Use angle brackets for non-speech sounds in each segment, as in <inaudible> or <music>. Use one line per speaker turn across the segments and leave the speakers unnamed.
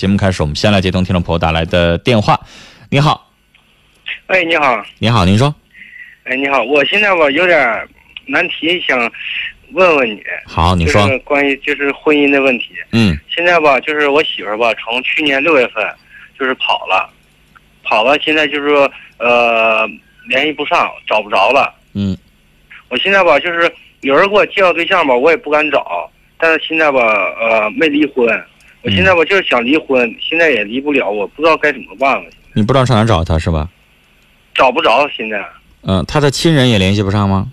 节目开始，我们先来接通听众朋友打来的电话。你好，
喂，哎你好，
你好，您说。
哎，你好，我现在吧有点难题想问问你，
好，你
就
说。
是关于就是婚姻的问题。
嗯
现在吧，就是我媳妇儿吧，从去年六月份就是跑了，跑了，现在就是说呃联系不上，找不着了。
嗯
我现在吧，就是有人给我介绍对象吧，我也不敢找，但是现在吧，呃，没离婚。
嗯
我现在吧就是想离婚，现在也离不了，我不知道该怎么办了，
你不知道上哪找他是吧？
找不着现在。
嗯、他的亲人也联系不上吗？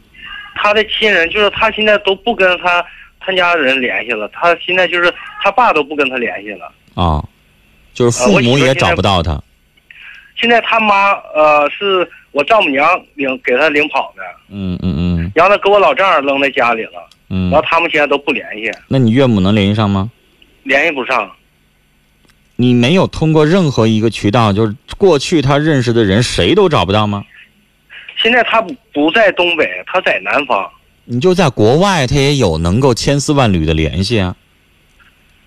他的亲人就是他现在都不跟他他家人联系了，他现在就是他爸都不跟他联系了。
啊、就是
呃
父
我媳妇
母
儿
也
现在
找不到他。
现在他妈呃是我丈母娘领给他领跑的，
嗯嗯
然后他给我老丈人扔在家里了，
嗯
然
嗯。
后他们现在都不联系，
那你岳母能联系上吗？
联系不上。
你没有通过任何一个渠道，就是过去他认识的人谁都找不到吗？
现在他不不在东北，他在南方。
你就在国外，他也有能够千丝万缕的联系啊。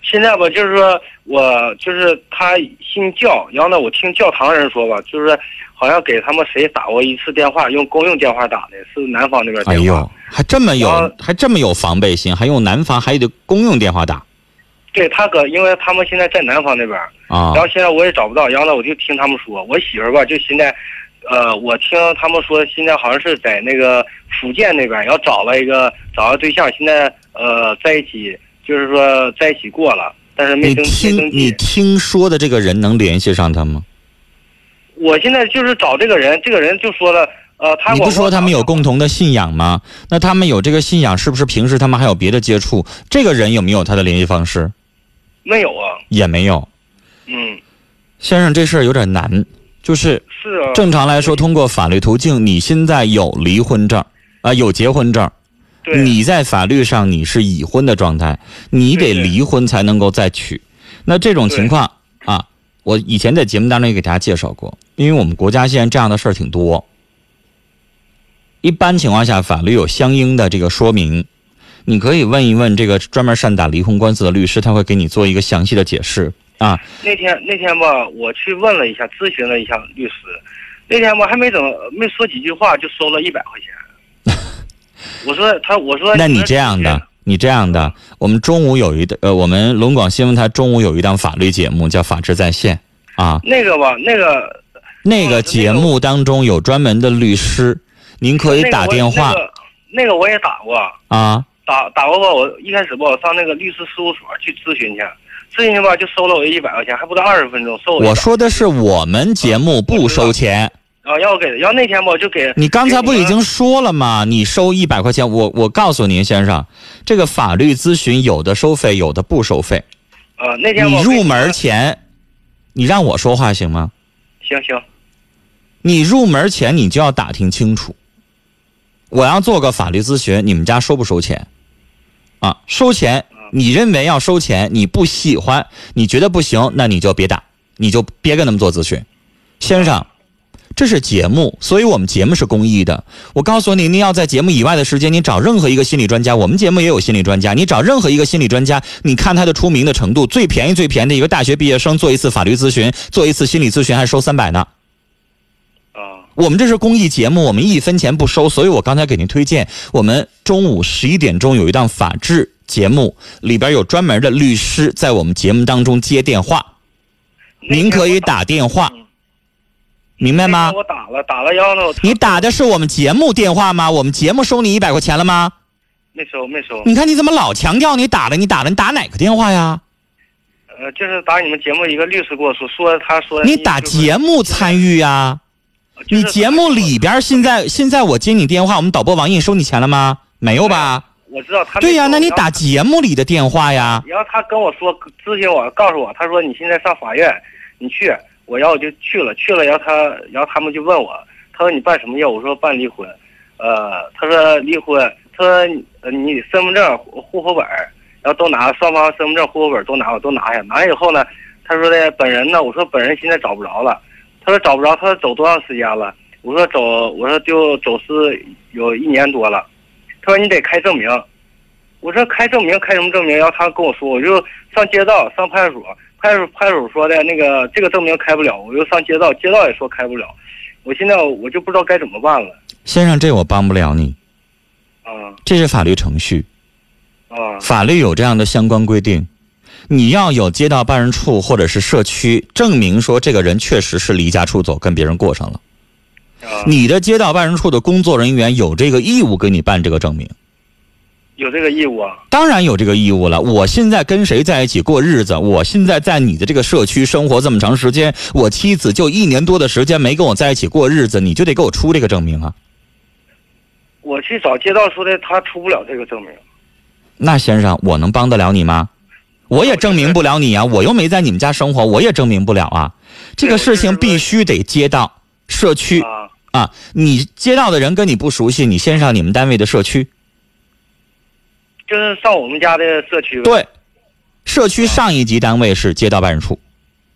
现在吧，就是说我就是他信教，然后呢，我听教堂人说吧，就是好像给他们谁打过一次电话，用公用电话打的，是南方那边
哎
电话。
呦，还这么有
啊然后，
还这么有防备心，还用南方还得公用电话打
对他搁，因为他们现在在南方那边，
啊
然后现在我也找不到，然后呢，我就听他们说，我媳妇儿吧，就现在，呃，我听他们说，现在好像是在那个福建那边，然后找了一个找了对象，现在呃在一起，就是说在一起过了，但是没
你
登没
听
登
你
记。
听说的这个人能联系上他吗？
我现在就是找这个人，这个人就说了，呃，他
你
管
不
我
说他们有
找
共同的信仰吗？那他们有这个信仰，是不是平时他们还有别的接触？这个人有没有他的联系方式？
没有啊？
也没有。
嗯，
先生，这事儿有点难，就是
是啊，
正常来说，通过法律途径，你现在有离婚证啊、有结婚证，
对
你在法律上你是已婚的状态，你得
对对
离婚才能够再娶。那这种情况啊，我以前在节目当中也给大家介绍过，因为我们国家现在这样的事儿挺多。一般情况下，法律有相应的这个说明，你可以问一问这个专门善打离婚官司的律师，他会给你做一个详细的解释啊。
那天那天吧，我去问了一下，咨询了一下律师，那天吧还没怎么没说几句话就收了一百块
<laughs>
钱。我说他，我说
那你这样的，你这样的，我们中午有一档呃，我们龙广新闻台中午有一档法律节目叫《法治在线》啊，
那个吧，那个
那个节目当中有专门的律师，您可以
那个
打
我
电话
那个那个我也打过，
啊。
打打过吧。我一开始吧，我上那个律师事务所去咨询去，咨询去吧就收了我一百块钱，还不到二十分钟收我
我
100。
说的是我们节目不收钱，
啊，要给，然后那天吧就给
你刚才不已经说了吗？你收一百块钱，我我告诉您，先生，这个法律咨询有的收费，有的不收费。
呃那天吧
你
我
入
给
门前，你让我说话行吗？
行行
你入门前你就要打听清楚，我要做个法律咨询，你们家收不收钱？啊，收钱，你认为要收钱，你不喜欢，你觉得不行，那你就别打，你就别跟他们做咨询，先生。这是节目，所以我们节目是公益的。我告诉你，您要在节目以外的时间，你找任何一个心理专家，我们节目也有心理专家，你找任何一个心理专家，你看他的出名的程度，最便宜最便宜的一个大学毕业生做一次法律咨询，做一次心理咨询还收三百呢。
啊
我们这是公益节目，我们一分钱不收，所以我刚才给您推荐，我们中午十一点钟有一档法制节目，里边有专门的律师在我们节目当中接电话，
那
您
天
可
我
以打电话
嗯，
明白
那
吗
天？我打了打了，然后呢我
你打的是我们节目电话吗？我们节目收你一百块钱了吗？
没收没收，
你看你怎么老强调你打了，你打了，你打哪个电话呀？
呃，就是打你们节目一个律师跟我说，说他说
你打
就是
节目参与呀、
就是
你节目里边现在现在我接你电话，我们导播王印收你钱了吗？没有吧？
我知道他没
对呀、
收
那你
然后
打节目里的电话呀。
然后他跟我说咨询我，告诉我，他说你现在上法院，你去，我然后我就去了，去了，然后他，然后他们就问我，他说你办什么业务？我说办离婚，呃，他说离婚，他说你呃你身份证、户户口本儿，然后都拿，双方身份证、户口本儿都拿，我都拿下，拿下以后呢，他说的本人呢，我说本人现在找不着了，他说找不着，他说走多长时间了？我说走，我说就走私有一年多了，他说你得开证明。我说开证明，开什么证明？然后他跟我说，我就上街道、上派出所，派出派出所说的那个这个证明开不了，我又上街道，街道也说开不了，我现在我就不知道该怎么办了。
先生，这我帮不了你，
啊
这是法律程序，
啊
法律有这样的相关规定。你要有街道办事处或者是社区证明说这个人确实是离家出走跟别人过上了，
啊！
你的街道办事处的工作人员有这个义务给你办这个证明。
有这个义务啊？
当然有这个义务了。我现在跟谁在一起过日子？我现在在你的这个社区生活这么长时间，我妻子就一年多的时间没跟我在一起过日子，你就得给我出这个证明啊。
我去找街道说的，他出不了这个证明。
那先生，我能帮得了你吗？我也证明不了你啊，我又没在你们家生活，我也证明不了啊。这个事情必须得街道、社区
啊
啊，你街道的人跟你不熟悉，你先上你们单位的社区。
就是上我们家的社区呗。
对，社区上一级单位是街道办事处。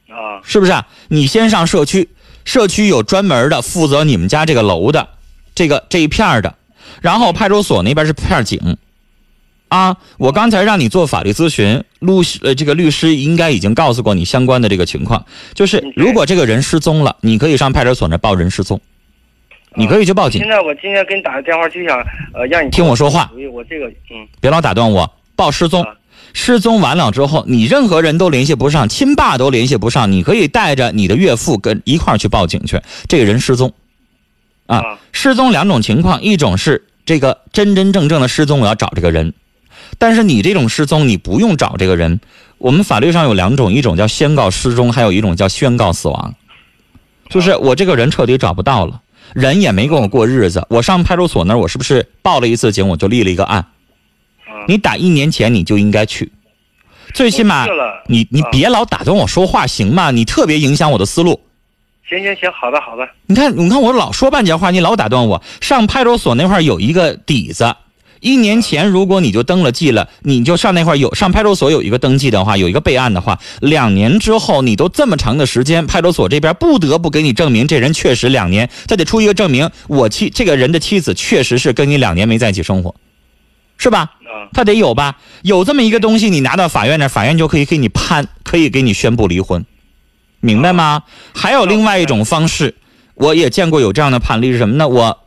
啊
是不是、啊？你先上社区，社区有专门的负责你们家这个楼的，这个这一片儿的，然后派出所那边是片儿警，啊，我刚才让你做法律咨询，律师呃这个律师应该已经告诉过你相关的这个情况，就是如果这个人失踪了，你可以上派出所那报人失踪，你可以去报警
现，在我今天给你打个电话，就想呃哦让你
听我说话
主意。我这个嗯
别老打断我，报失踪
啊。
失踪完了之后，你任何人都联系不上，亲爸都联系不上，你可以带着你的岳父跟一块儿去报警去，这个人失踪。啊
啊
失踪两种情况，一种是这个真真正正的失踪，我要找这个人；但是你这种失踪，你不用找这个人。我们法律上有两种，一种叫宣告失踪，还有一种叫宣告死亡。就是我这个人彻底找不到了，人也没跟我过日子，我上派出所那儿，我是不是报了一次警，我就立了一个案？
啊！
你打一年前你就应该去，最起码
我去了
你你
啊
别老打断我说话行吗？你特别影响我的思路。
行行行，好的好的
你看，你看我老说半截话，你老打断我。上派出所那块儿有一个底子，一年前如果你就登了记了，你就上那块儿有上派出所有一个登记的话，有一个备案的话，两年之后你都这么长的时间，派出所这边不得不给你证明这人确实两年，他得出一个证明，我妻这个人的妻子确实是跟你两年没在一起生活，是吧？
啊
他得有吧？有这么一个东西，你拿到法院那儿，法院就可以给你判，可以给你宣布离婚，明白吗？还有另外一种方式，我也见过有这样的判例是什么呢？我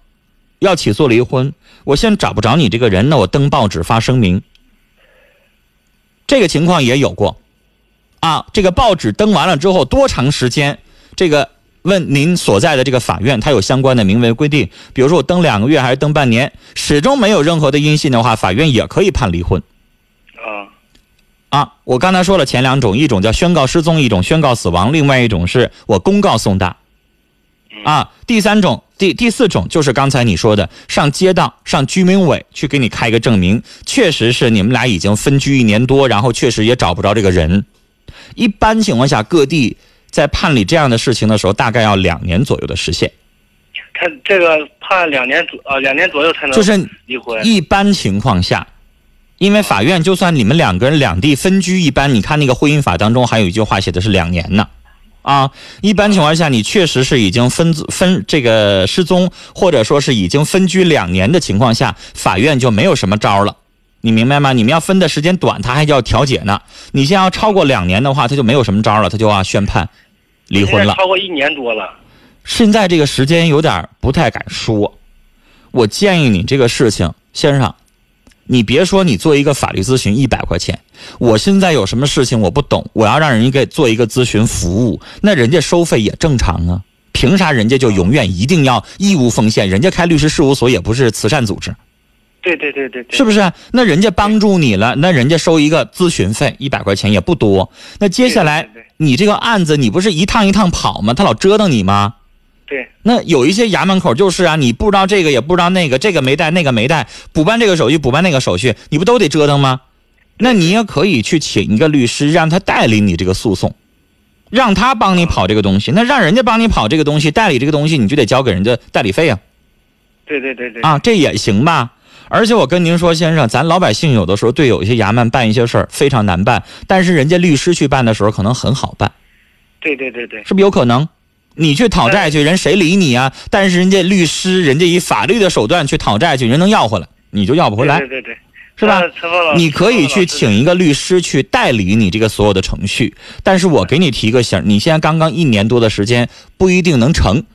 要起诉离婚，我现在找不着你这个人，那我登报纸发声明，这个情况也有过，啊，这个报纸登完了之后多长时间？这个问您所在的这个法院，它有相关的明文规定，比如说我登两个月还是登半年，始终没有任何的音信的话，法院也可以判离婚
啊
啊。我刚才说了前两种，一种叫宣告失踪，一种宣告死亡，另外一种是我公告送达啊。第三种，第第四种就是刚才你说的，上街道、上居民委去给你开个证明，确实是你们俩已经分居一年多，然后确实也找不着这个人。一般情况下，各地在判理这样的事情的时候，大概要两年左右的时限。
他这个判两年左啊两年左右才能
就是
离婚
一般情况下，因为法院就算你们两个人两地分居，一般你看那个婚姻法当中还有一句话写的是两年呢。啊，一般情况下，你确实是已经分分这个失踪，或者说是已经分居两年的情况下，法院就没有什么招儿了，你明白吗？你们要分的时间短，他还要调解呢。你现在要超过两年的话，他就没有什么招儿了，他就要宣判离婚
现
了
在。超过一年多了
现在这个时间有点儿不太敢说，我建议你这个事情，先生，你别说你做一个法律咨询一百块钱，我现在有什么事情我不懂，我要让人家给做一个咨询服务，那人家收费也正常啊，凭啥人家就永远一定要义务奉献？人家开律师事务所也不是慈善组织，
对对对对对
是不是？那人家帮助你了，那人家收一个咨询费一百块钱也不多，那接下来
对对对
你这个案子你不是一趟一趟跑吗？他老折腾你吗？
对
那有一些衙门口就是啊，你不知道这个也不知道那个，这个没带那个没带，补办这个手续补办那个手续，你不都得折腾吗？那你也可以去请一个律师，让他代理你这个诉讼，让他帮你跑这个东西。那让人家帮你跑这个东西，代理这个东西，你就得交给人家代理费啊
对对对对
啊，这也行吧？而且我跟您说，先生，咱老百姓有的时候对有一些衙门办一些事儿非常难办，但是人家律师去办的时候可能很好办。
对对对对
是不是有可能？你去讨债去，人谁理你啊？但是人家律师，人家以法律的手段去讨债去，人能要回来，你就要不回来。
对对对对，
是吧
那？陈峰老师，
你可以去
陈峰
请一个律师去代理你这个所有的程序，但是我给你提个醒儿，你现在刚刚一年多的时间，不一定能成。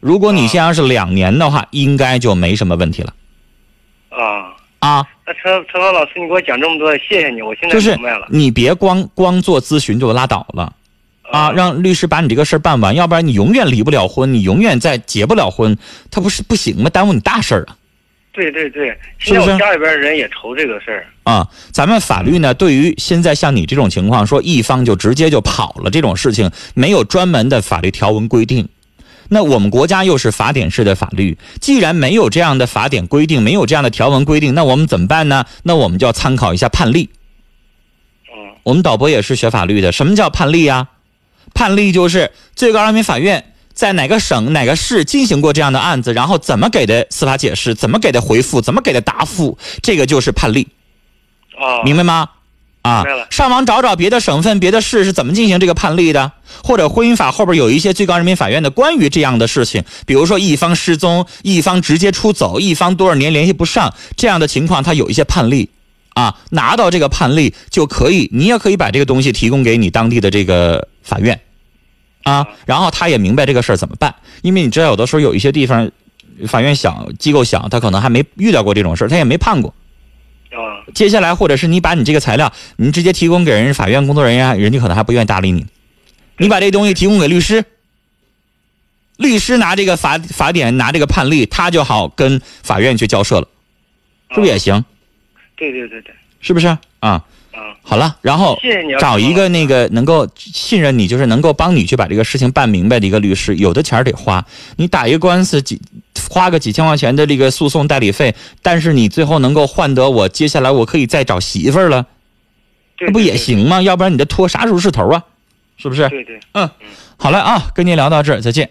如果你
啊
现在要是两年的话，应该就没什么问题了
老师啊。
啊。
那陈陈峰老师，你给我讲这么多，谢谢你，我现在
就是
明白了
你别光光做咨询就拉倒了啊，让律师把你这个事儿办完，要不然你永远离不了婚，你永远再结不了婚，他不是不行吗？耽误你大事儿啊。
对对对，
是不
现在
是
我家里边人也愁这个事儿。
啊，咱们法律呢，对于现在像你这种情况，说一方就直接就跑了这种事情，没有专门的法律条文规定。那我们国家又是法典式的法律，既然没有这样的法典规定，没有这样的条文规定，那我们怎么办呢？那我们就要参考一下判例。
嗯
我们导播也是学法律的，什么叫判例啊？判例就是最高人民法院在哪个省、哪个市进行过这样的案子，然后怎么给的司法解释，怎么给的回复，怎么给的答复，这个就是判例。
啊，
明白吗？啊
明白了，
上网找找别的省份、别的市是怎么进行这个判例的，或者婚姻法后边有一些最高人民法院的关于这样的事情，比如说一方失踪、一方直接出走、一方多少年联系不上这样的情况，它有一些判例。啊，拿到这个判例就可以，你也可以把这个东西提供给你当地的这个法院，啊，
嗯
然后他也明白这个事儿怎么办，因为你知道有的时候有一些地方，法院小机构小，他可能还没遇到过这种事儿，他也没判过，
啊
接下来或者是你把你这个材料，你直接提供给人法院工作人员，啊人家可能还不愿意搭理你。你把这东西提供给律师，律师拿这个法法典拿这个判例，他就好跟法院去交涉了，是不是也行？
啊对对对对，
是不是啊？
啊，
好了，然后
谢谢你啊，
找一
陈
个
峰老师
那个能够信任你，就是能够帮你去把这个事情办明白的一个律师。有的钱儿得花，你打一个官司几花个几千块钱的这个诉讼代理费，但是你最后能够换得我接下来我可以再找媳妇儿了。
对
那不
对
也
对
行吗？要不然你这拖啥时候是头啊？是不是？
对对。
好了啊，跟您聊到这儿，再见。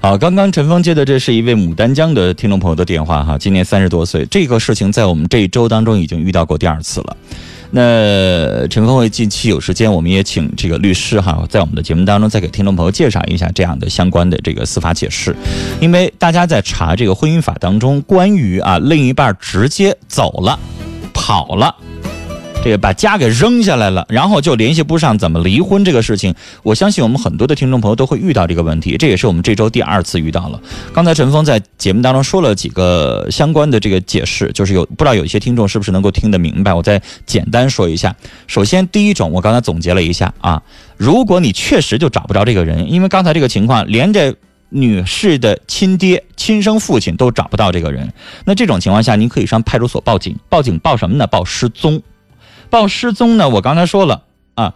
好，刚刚陈峰接的这是一位牡丹江的听众朋友的电话哈，今年三十多岁，这个事情在我们这一周当中已经遇到过第二次了。那陈峰会近期有时间，我们也请这个律师哈，在我们的节目当中再给听众朋友介绍一下这样的相关的这个司法解释，因为大家在查这个婚姻法当中关于啊另一半直接走了、跑了。这个把家给扔下来了，然后就联系不上，怎么离婚这个事情，我相信我们很多的听众朋友都会遇到这个问题，这也是我们这周第二次遇到了。刚才陈峰在节目当中说了几个相关的这个解释，就是有不知道有一些听众是不是能够听得明白，我再简单说一下。首先，第一种，我刚才总结了一下啊，如果你确实就找不着这个人，因为刚才这个情况，连着女士的亲爹、亲生父亲都找不到这个人，那这种情况下，您可以上派出所报警，报警报什么呢？报失踪。报失踪呢，我刚才说了啊，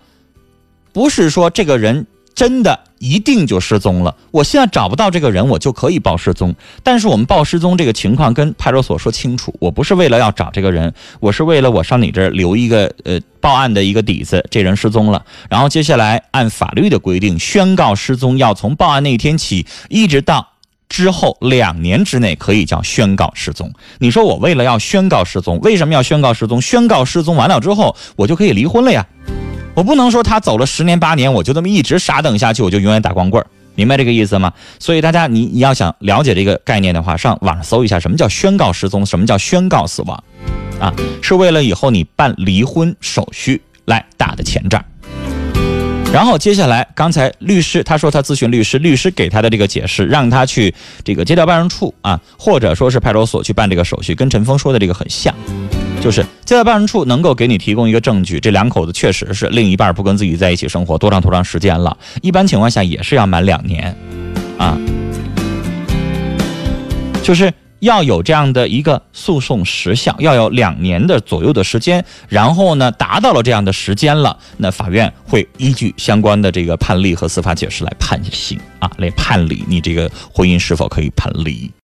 不是说这个人真的一定就失踪了，我现在找不到这个人，我就可以报失踪。但是我们报失踪这个情况跟派出所说清楚，我不是为了要找这个人，我是为了我上你这儿留一个呃报案的一个底子，这人失踪了。然后接下来按法律的规定，宣告失踪要从报案那一天起，一直到。之后两年之内可以叫宣告失踪。你说我为了要宣告失踪，为什么要宣告失踪？宣告失踪完了之后，我就可以离婚了呀。我不能说他走了十年八年，我就这么一直傻等下去，我就永远打光棍儿，明白这个意思吗？所以大家你你要想了解这个概念的话，上网上搜一下什么叫宣告失踪，什么叫宣告死亡，啊，是为了以后你办离婚手续来打的前站。然后接下来，刚才律师他说他咨询律师，律师给他的这个解释，让他去这个街道办事处啊，或者说是派出所去办这个手续，跟陈峰说的这个很像，就是街道办事处能够给你提供一个证据，这两口子确实是另一半不跟自己在一起生活多长多长时间了，一般情况下也是要满两年，啊，就是要有这样的一个诉讼时效，要有两年的左右的时间。然后呢，达到了这样的时间了，那法院会依据相关的这个判例和司法解释来判刑啊，来判理你这个婚姻是否可以判离。